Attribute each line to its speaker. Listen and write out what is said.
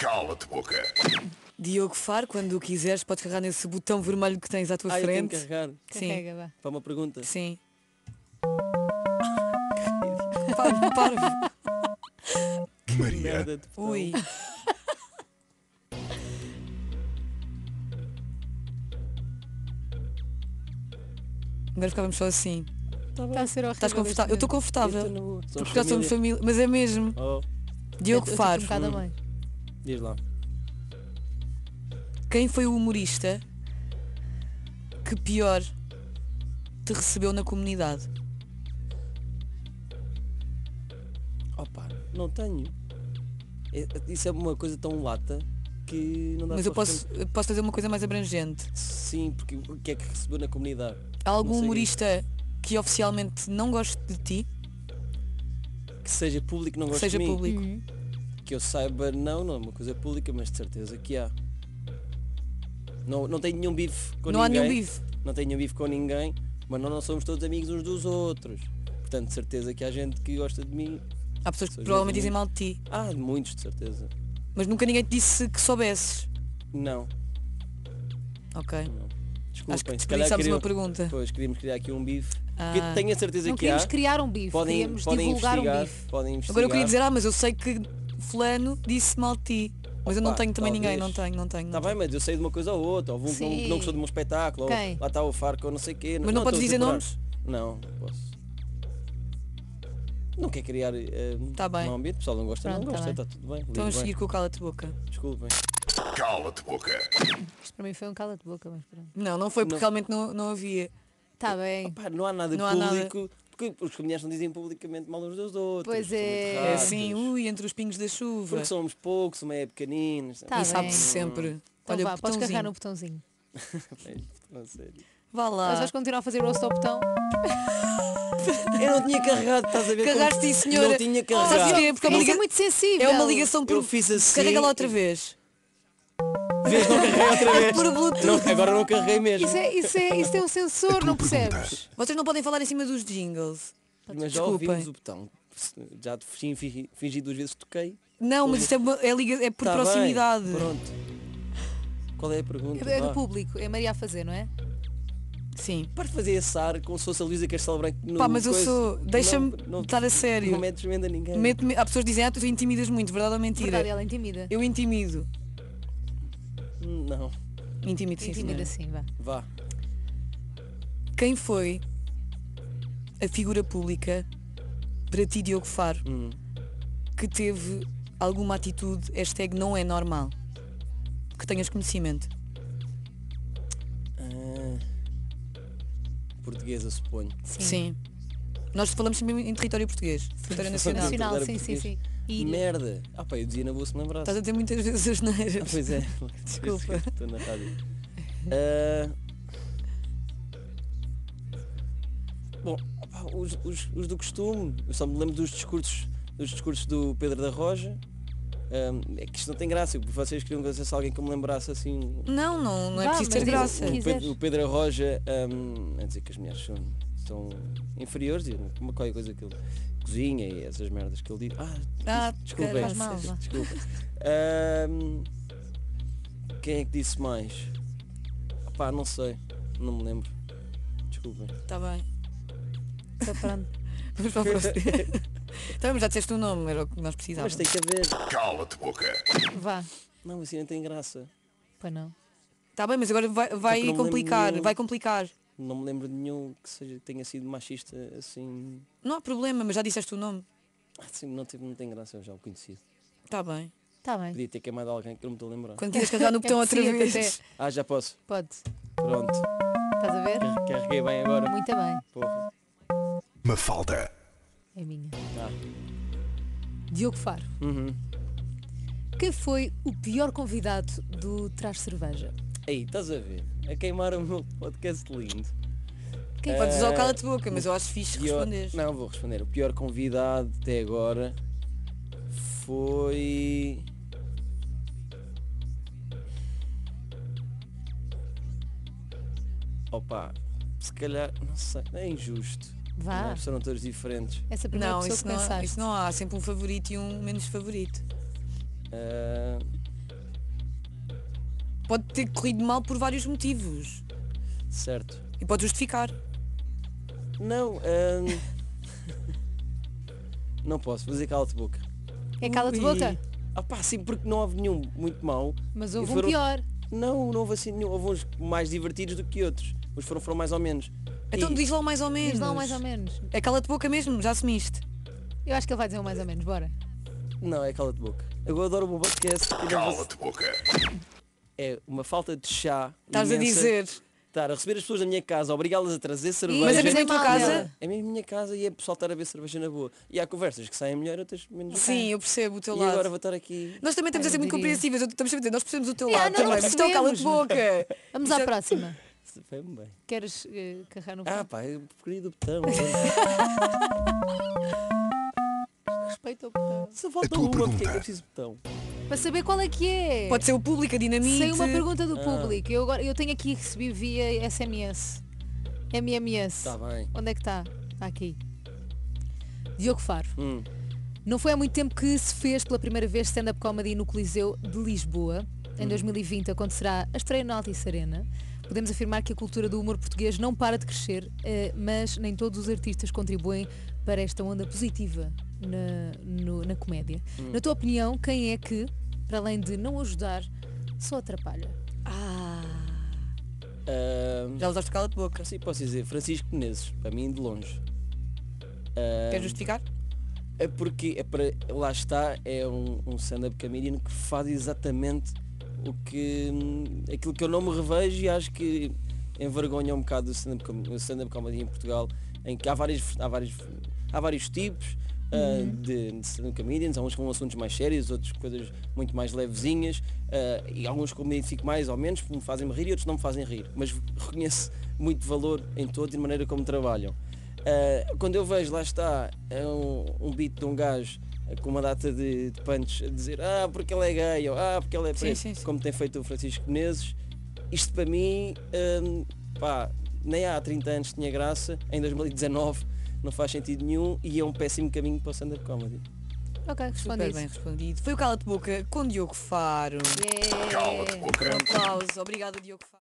Speaker 1: Cala-te, boca.
Speaker 2: Diogo Faro, quando quiseres, podes carregar nesse botão vermelho que tens à tua
Speaker 3: Ah, eu tenho que
Speaker 2: frente.
Speaker 3: carregar.
Speaker 2: Sim.
Speaker 4: Carrega, vá.
Speaker 3: Para uma pergunta.
Speaker 2: Sim. Parvo, parvo.
Speaker 1: Maria.
Speaker 3: Merda de botão.
Speaker 2: Ui. Agora ficávamos só assim.
Speaker 4: Está a ser horrível.
Speaker 2: Estás confortável? Eu estou confortável.
Speaker 3: Estou na boa. Somos
Speaker 2: Porque já somos
Speaker 3: família.
Speaker 2: família. Mas é mesmo.
Speaker 3: Oh,
Speaker 2: Diogo Faro.
Speaker 4: Um bocado bem.
Speaker 3: diz lá.
Speaker 2: Quem foi o humorista que pior te recebeu na comunidade?
Speaker 3: Opa, não tenho. É- Isso é uma coisa tão lata que não dá
Speaker 2: Mas
Speaker 3: para
Speaker 2: eu posso, eu posso fazer uma coisa mais abrangente.
Speaker 3: responder. Sim, porque o que é que recebeu na comunidade?
Speaker 2: Há
Speaker 3: Não
Speaker 2: algum
Speaker 3: sei.
Speaker 2: humorista que oficialmente não goste de ti,
Speaker 3: Que seja público, não
Speaker 2: que
Speaker 3: gosto
Speaker 2: seja
Speaker 3: de mim.
Speaker 2: público?
Speaker 4: Uhum.
Speaker 3: Que eu saiba, não, não é uma coisa pública, mas de certeza que há. Não, não tenho nenhum bife com
Speaker 2: não há
Speaker 3: ninguém.
Speaker 2: nenhum vivo.
Speaker 3: Não tenho nenhum bife com ninguém, mas nós não somos todos amigos uns dos outros. Portanto, de certeza que há gente que gosta de mim.
Speaker 2: Há pessoas que
Speaker 3: Seja
Speaker 2: provavelmente
Speaker 3: de
Speaker 2: dizem
Speaker 3: mim.
Speaker 2: mal de ti,
Speaker 3: Ah, de muitos, de certeza.
Speaker 2: mas nunca ninguém te disse que soubesses.
Speaker 3: Não,
Speaker 2: Ok.
Speaker 3: não.
Speaker 2: Acho que
Speaker 3: Desculpem, se calhar
Speaker 2: desperdiçámos
Speaker 3: queriam...
Speaker 2: uma pergunta.
Speaker 3: Pois, queríamos criar aqui um bife.
Speaker 2: Ah.
Speaker 3: Porque tenho a certeza
Speaker 4: Não
Speaker 3: que há.
Speaker 4: queríamos criar um bife,
Speaker 3: podem,
Speaker 4: queríamos
Speaker 3: podem
Speaker 4: divulgar um
Speaker 3: investigar,
Speaker 4: bife.
Speaker 3: podem investigar.
Speaker 2: Agora eu queria dizer, ah, mas eu sei que fulano disse mal de ti. Mas eu não
Speaker 3: Opa,
Speaker 2: tenho também ninguém, não
Speaker 3: talvez.
Speaker 2: tenho, não tenho. não
Speaker 3: Está Tá bem, mas eu sei de uma coisa ou outra. Houve um que não- que não gostou de um espetáculo. ou
Speaker 4: Quem?
Speaker 3: Lá está o Farco ou não sei o quê.
Speaker 2: Mas não podes
Speaker 3: estou a
Speaker 2: dizer
Speaker 3: temporar. Não, não posso. Não quer criar eh,
Speaker 2: Tá bem.
Speaker 3: um ambiente, o pessoal não gosta,
Speaker 4: Pronto,
Speaker 3: não
Speaker 4: tá
Speaker 3: gosta,
Speaker 4: bem.
Speaker 3: está tudo bem.
Speaker 2: Então vamos
Speaker 3: lido bem.
Speaker 2: seguir com o cala-te boca.
Speaker 3: Desculpem.
Speaker 1: Cala-te, boca.
Speaker 4: Isto para mim foi um cala de boca, mas pronto.
Speaker 2: Não, não foi porque
Speaker 3: Não.
Speaker 2: realmente não, não havia. Tá
Speaker 4: Está bem.
Speaker 3: Pá, não há nada
Speaker 2: Não há nada.
Speaker 3: público. Porque os comediantes não dizem publicamente mal uns dos outros.
Speaker 4: Pois
Speaker 3: são muito
Speaker 4: é.
Speaker 2: É
Speaker 3: ratos,
Speaker 2: assim, ui, entre os pingos da chuva.
Speaker 3: Ah, Porque somos poucos, uma é pequenino.
Speaker 4: Tá
Speaker 2: e sabe-se
Speaker 4: bem.
Speaker 2: sempre.
Speaker 4: Então
Speaker 2: Olha,
Speaker 4: vá,
Speaker 2: o
Speaker 4: podes carregar
Speaker 2: botãozinho.
Speaker 4: no botãozinho.
Speaker 3: Não, sério.
Speaker 2: Vá
Speaker 4: Mas
Speaker 2: lá.
Speaker 4: vais continuar a fazer rosto ao botão?
Speaker 3: Eu não tinha carregado, estás a ver? como-
Speaker 2: Carregaste sim, senhora.
Speaker 3: Não tinha
Speaker 2: Sabes
Speaker 3: carregado.
Speaker 2: porquê? Porque é uma,
Speaker 4: Isso é
Speaker 2: liga-
Speaker 4: muito sensível.
Speaker 2: é uma ligação por.
Speaker 3: Eu fiz assim.
Speaker 2: Carrega lá outra vez.
Speaker 3: Vês, não carreguei outra vez.
Speaker 2: Por Bluetooth.
Speaker 3: Não, agora não carreguei mesmo.
Speaker 4: Isso é, isso é, isso é um sensor, não percebes?
Speaker 2: Vocês não podem falar em cima dos jingles.
Speaker 3: Mas já
Speaker 2: Desculpem.
Speaker 3: ouvimos o botão. Já te fingi, fingi- fingi duas vezes que toquei.
Speaker 2: Não, mas isto é, uma- é liga- é por
Speaker 3: Tá bem,
Speaker 2: proximidade.
Speaker 3: Pronto. Qual é a pergunta?
Speaker 4: É
Speaker 2: Ah.
Speaker 4: do
Speaker 3: Vá.
Speaker 4: público, é a Maria a fazer, não é?
Speaker 2: Sim.
Speaker 3: Para de fazer esse ar como se fosse a Luísa Castelo Branco no
Speaker 2: Pá, mas eu
Speaker 3: coisa.
Speaker 2: sou- deixa-me
Speaker 3: Não- não-
Speaker 2: estar a sério.
Speaker 3: Não metes medo a ninguém.
Speaker 2: Mete-me- Há pessoas que dizem, ah, tu intimidas muito, verdade ou mentira?
Speaker 4: Verdade, ela intimida.
Speaker 3: é.
Speaker 2: Eu intimido.
Speaker 3: Hum, Não.
Speaker 2: Intimido, sim, senhora.
Speaker 4: Intimida sim, vá.
Speaker 3: Vá.
Speaker 2: Quem foi a figura pública para ti, Diogo Faro,
Speaker 3: Hum.
Speaker 2: que teve alguma atitude, hashtag não é normal? Que tenhas conhecimento.
Speaker 3: Ah. Portuguesa, suponho.
Speaker 2: Sim. Nós falamos sempre em território português, território nacional.
Speaker 3: Sim.
Speaker 4: Nacional,
Speaker 3: Era
Speaker 4: sim, sim,
Speaker 3: português.
Speaker 4: sim. E
Speaker 3: Merda. Ah pá, eu dizia na boa se me lembrasse.
Speaker 2: Estás a ter muitas vezes as
Speaker 3: Ah,
Speaker 2: neiras.
Speaker 3: pois é.
Speaker 2: Desculpa.
Speaker 3: Estou na rádio. Ah, Bom, opá, os, os- os do costume, eu só me lembro dos discursos, dos discursos do Pedro da Roja. Ah, é que isto não tem graça, vocês queriam que eu fosse alguém que eu me lembrasse assim. o-
Speaker 2: Não, não, não é
Speaker 4: Vá,
Speaker 2: preciso
Speaker 4: mas
Speaker 2: ter
Speaker 4: diz-
Speaker 2: graça.
Speaker 4: diz-
Speaker 3: O
Speaker 4: Quiseres.
Speaker 3: Pedro, o Pedro da Roja ah, a dizer que as mulheres são, são inferiores, e uma qualquer coisa que ele cozinha e essas merdas que ele diz. Ah,
Speaker 2: Ah,
Speaker 3: Desculpem.
Speaker 2: faz mal.
Speaker 4: Vá.
Speaker 3: Desculpa. Ahm, quem é que disse mais? Pá, não sei. Não me lembro. Desculpem.
Speaker 2: Está Tá bem.
Speaker 4: Então, pronto.
Speaker 2: Vamos para o próximo. Também já disseste o nome, era o que nós
Speaker 3: Mas
Speaker 2: precisávamos.
Speaker 3: tem que haver.
Speaker 1: Cala-te, boca.
Speaker 4: Vá.
Speaker 3: Não, assim não tem graça.
Speaker 4: Pois não.
Speaker 2: Está Tá bem, mas agora vai, vai
Speaker 3: Só que não me lembro
Speaker 2: complicar,
Speaker 3: nenhum.
Speaker 2: vai complicar.
Speaker 3: Não me lembro de nenhum que seja, que tenha sido machista assim.
Speaker 2: Não há problema, mas já disseste o nome.
Speaker 3: assim não, tem, não tem graça, eu já o conheci.
Speaker 2: Está bem.
Speaker 4: Está Tá bem.
Speaker 3: Podia ter queimado alguém que eu não me estou a lembrar.
Speaker 2: Quando quiseres carregar no
Speaker 3: É
Speaker 2: botão outra
Speaker 4: Aprecia-te
Speaker 2: vez.
Speaker 4: até.
Speaker 3: Ah, já posso.
Speaker 4: Pode.
Speaker 3: Pronto.
Speaker 4: Estás a ver?
Speaker 3: Car- Carreguei bem agora.
Speaker 4: Muito bem.
Speaker 3: Porra.
Speaker 1: Mafalda.
Speaker 4: É minha.
Speaker 3: Ah.
Speaker 4: Diogo Faro.
Speaker 3: Uhum.
Speaker 4: Que foi o pior convidado do Traz Cerveja?
Speaker 3: Aí, estás a ver? A queimar o meu podcast lindo.
Speaker 4: Quem
Speaker 2: Podes usar o
Speaker 3: Eh,
Speaker 2: cala-te boca, mas eu acho fixe
Speaker 3: Pior-
Speaker 2: responder.
Speaker 3: Não, vou responder. O pior convidado até agora foi. Opa, se calhar, não sei, é injusto.
Speaker 4: Vá.
Speaker 3: Não, são atores diferentes.
Speaker 4: Essa é primeira
Speaker 2: Não, é-
Speaker 4: pessoa
Speaker 2: isso
Speaker 4: que
Speaker 2: não, há,
Speaker 4: pensaste.
Speaker 2: isso não há. Há sempre um favorito e um menos favorito.
Speaker 3: Ah,
Speaker 2: pode ter corrido mal por vários motivos.
Speaker 3: Certo.
Speaker 2: E pode justificar.
Speaker 3: Não, ahn, não posso, vou dizer cala-te boca.
Speaker 4: É cala-te boca.
Speaker 3: Ah pá, sim, porque não houve nenhum muito mau.
Speaker 4: Mas
Speaker 3: E
Speaker 4: houve um
Speaker 3: foram-
Speaker 4: pior.
Speaker 3: Não, não houve assim nenhum. Houve uns mais divertidos do que outros. Uns foram, foram mais ou menos.
Speaker 2: Então
Speaker 3: E-
Speaker 2: diz lá o mais ou menos.
Speaker 4: Diz lá um mais ou menos.
Speaker 2: É cala-te boca mesmo, já assumiste.
Speaker 4: Eu acho que ele vai dizer um mais ou menos, bora.
Speaker 3: Não, é cala-te boca. Eu adoro o meu podcast. e não vou-
Speaker 1: Cala-te boca.
Speaker 3: É uma falta de chá.
Speaker 2: Estás a
Speaker 3: imensa.
Speaker 2: dizer.
Speaker 3: Estar a receber as pessoas na minha casa, obrigá-las a trazer cerveja.
Speaker 2: Mas é
Speaker 4: Mas
Speaker 2: mesmo
Speaker 4: é
Speaker 2: em tua
Speaker 4: mau,
Speaker 2: casa?
Speaker 3: É mesmo a minha casa e é pessoal estar a ver cerveja na boa. E há conversas que saem melhor, outras menos.
Speaker 2: Sim, eu percebo o teu
Speaker 3: E
Speaker 2: lado.
Speaker 3: agora vou estar aqui.
Speaker 2: Nós também estamos
Speaker 4: Ai,
Speaker 2: a ser muito
Speaker 4: eu É, diria.
Speaker 2: compreensíveis, eu- estamos sempre a dizer, nós percebemos o teu
Speaker 4: Ya,
Speaker 2: lado
Speaker 4: nós não
Speaker 2: também. Então
Speaker 4: percebemos.
Speaker 2: cala-te boca.
Speaker 4: Vamos
Speaker 2: Isso
Speaker 4: à
Speaker 2: é-
Speaker 4: próxima.
Speaker 3: Foi-me bem.
Speaker 4: Queres eh, carrar no
Speaker 3: Ah
Speaker 4: botão?
Speaker 3: pá, eu preferia do botão.
Speaker 4: Respeita o botão.
Speaker 3: Só falta
Speaker 1: A tua
Speaker 3: uma, porque é que
Speaker 1: pergunta.
Speaker 3: eu preciso de botão?
Speaker 4: Para saber qual é que é.
Speaker 2: Pode Ah. ser o público, a dinamite.
Speaker 4: Saiu uma pergunta do público. Eu, agora, eu tenho aqui, recebi via SMS. MMS.
Speaker 2: Tá
Speaker 3: Está Tá bem.
Speaker 4: Onde é que está? Está aqui. Diogo Faro.
Speaker 3: Hum.
Speaker 4: Não foi há muito tempo que se fez pela primeira vez stand-up comedy no Coliseu de Lisboa. Em 2020 acontecerá a estreia na Altice Arena. Podemos afirmar que a cultura do humor português não para de crescer, eh, mas nem todos os artistas contribuem para esta onda positiva na, no- na comédia. Na tua opinião, quem é que, para além de não ajudar, só atrapalha?
Speaker 2: Ah,
Speaker 3: Ahm,
Speaker 2: já usaste o cala-te boca.
Speaker 3: Sim, Ah, posso dizer, Francisco Menezes, para mim de longe. Ah,
Speaker 2: Queres justificar?
Speaker 3: é porque é para, lá está, é um, um stand-up comedian que faz exatamente o que hum, aquilo que eu não me revejo e acho que envergonha um bocado o stand-up com- o stand-up comedy em Portugal, em que há vários, há vários, há vários tipos ah, de, de stand-up comedians, há uns com assuntos mais sérios, outros com coisas muito mais levezinhas, ah, e alguns que eu me identifico mais ou menos, porque me fazem rir e outros não me fazem rir, mas reconheço muito valor em todos e na maneira como trabalham. Uh, quando eu vejo, lá está, é um, um beat de um gajo uh, com uma data de, de punch a dizer ah, porque ele é gay, ou ah, porque ele é
Speaker 2: Sim,
Speaker 3: preto,
Speaker 2: sim, sim.
Speaker 3: como tem feito o Francisco Menezes, isto para mim, hum, pá, nem há 30 anos tinha graça, em 2019 não faz sentido nenhum e é um péssimo caminho para o stand-up comedy.
Speaker 4: Ok, responde
Speaker 2: Super
Speaker 4: isso.
Speaker 2: bem respondido. Foi o cala-te boca com Diogo Faro.
Speaker 4: Yeah.
Speaker 1: Cala-te boca.
Speaker 2: Um aplauso. Obrigada, Diogo Faro.